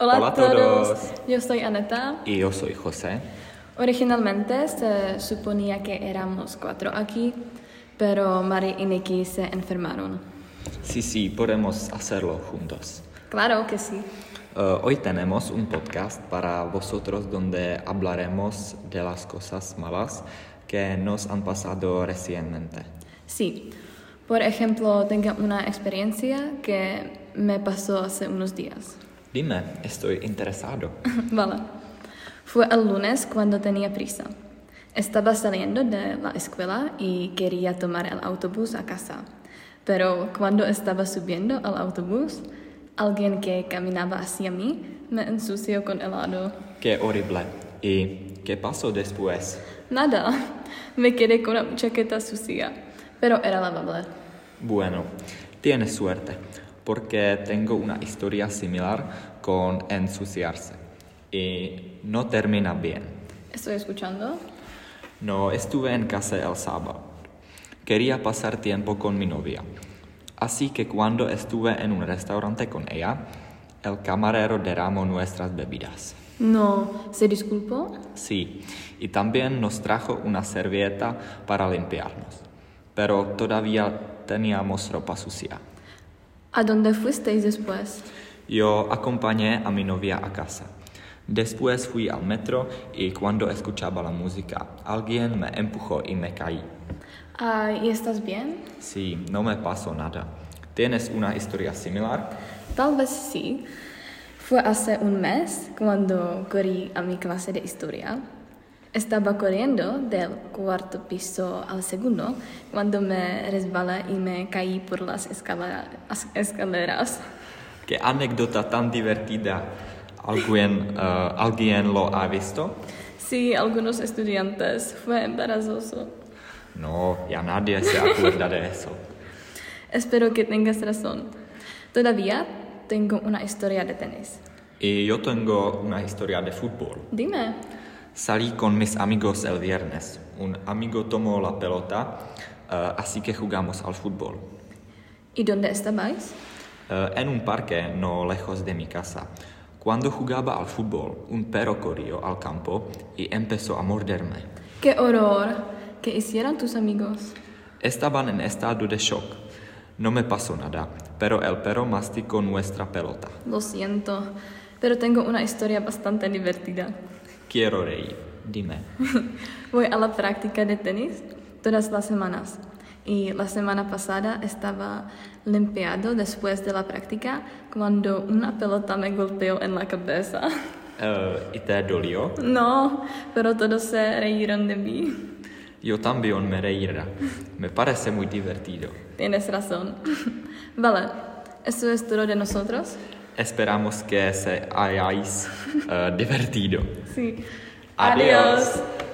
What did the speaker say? Hola, Hola a a todos. todos. Yo soy Aneta. Y yo soy José. Originalmente se suponía que éramos cuatro aquí, pero Mari y Nikki se enfermaron. Sí, sí, podemos hacerlo juntos. Claro que sí. Eh, hoy tenemos un podcast para vosotros donde hablaremos de las cosas malas que nos han pasado recientemente. Sí. Por ejemplo, tengo una experiencia que me pasó hace unos días. Dime, estoy interesado. vale. Fue el lunes cuando tenía prisa. Estaba saliendo de la escuela y quería tomar el autobús a casa. Pero cuando estaba subiendo al autobús, alguien que caminaba hacia mí me ensució con helado. Qué horrible. ¿Y qué pasó después? Nada, me quedé con la chaqueta sucia, pero era lavable. Bueno, tienes suerte, porque tengo una historia similar con ensuciarse. Y no termina bien. Estoy escuchando. No, estuve en casa el sábado. Quería pasar tiempo con mi novia. Así que cuando estuve en un restaurante con ella, el camarero derramó nuestras bebidas. No, se disculpó. Sí, y también nos trajo una servieta para limpiarnos. Pero todavía teníamos ropa sucia. ¿A dónde fuisteis después? Yo acompañé a mi novia a casa. Después fui al metro y cuando escuchaba la música, alguien me empujó y me caí. Ah, ¿y estás bien? Sí, no me pasó nada. ¿Tienes una historia similar? Tal vez sí. Fue hace un mes cuando corrí a mi clase de historia. Estaba corriendo del cuarto piso al segundo cuando me resbalé y me caí por las escala- as- escaleras. ¿Qué anécdota tan divertida? ¿Alguien, eh, ¿Alguien lo ha visto? Sí, algunos estudiantes. Fue embarazoso. No, ya nadie se acuerda de eso. Espero que tengas razón. Todavía tengo una historia de tenis. Y yo tengo una historia de fútbol. Dime. Salí con mis amigos el viernes. Un amigo tomó la pelota, eh, así que jugamos al fútbol. ¿Y dónde estabais? Eh, en un parque no lejos de mi casa. Cuando jugaba al fútbol, un perro corrió al campo y empezó a morderme. ¡Qué horror! ¿Qué hicieron tus amigos? Estaban en estado de shock. No me pasó nada, pero el perro masticó nuestra pelota. Lo siento, pero tengo una historia bastante divertida. Quiero reír. Dime. Voy a la práctica de tenis todas las semanas. Y la semana pasada estaba limpiado después de la práctica cuando una pelota me golpeó en la cabeza. Eh, ¿Y te dolió? No, pero todos se reyeron de mí. Yo también me reirá. Me parece muy divertido. Tienes razón. Vale, eso es todo de nosotros. Esperamos que se hayáis eh, divertido. Sí. Adiós. Adiós.